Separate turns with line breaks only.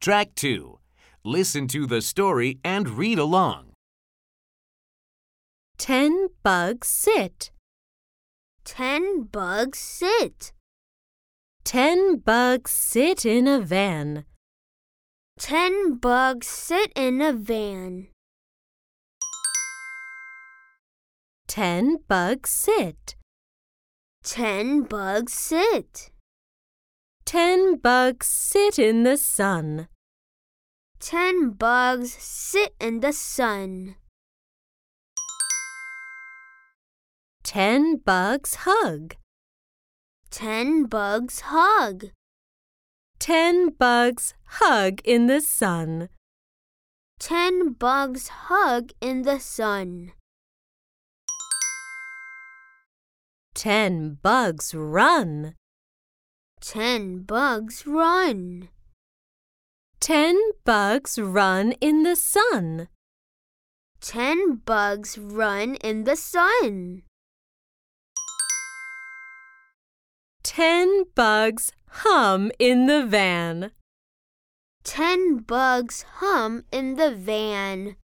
Track 2. Listen to the story and read along.
Ten bugs sit.
Ten bugs sit.
Ten bugs sit in a van.
Ten bugs sit in a van.
Ten bugs sit.
Ten bugs sit.
Ten bugs sit in the sun.
Ten bugs sit in the sun.
Ten bugs hug.
Ten bugs hug.
Ten bugs hug in the sun.
Ten bugs hug in the sun.
Ten bugs run.
Ten bugs run.
Ten bugs run in the sun.
Ten bugs run in the sun.
Ten bugs hum in the van.
Ten bugs hum in the van.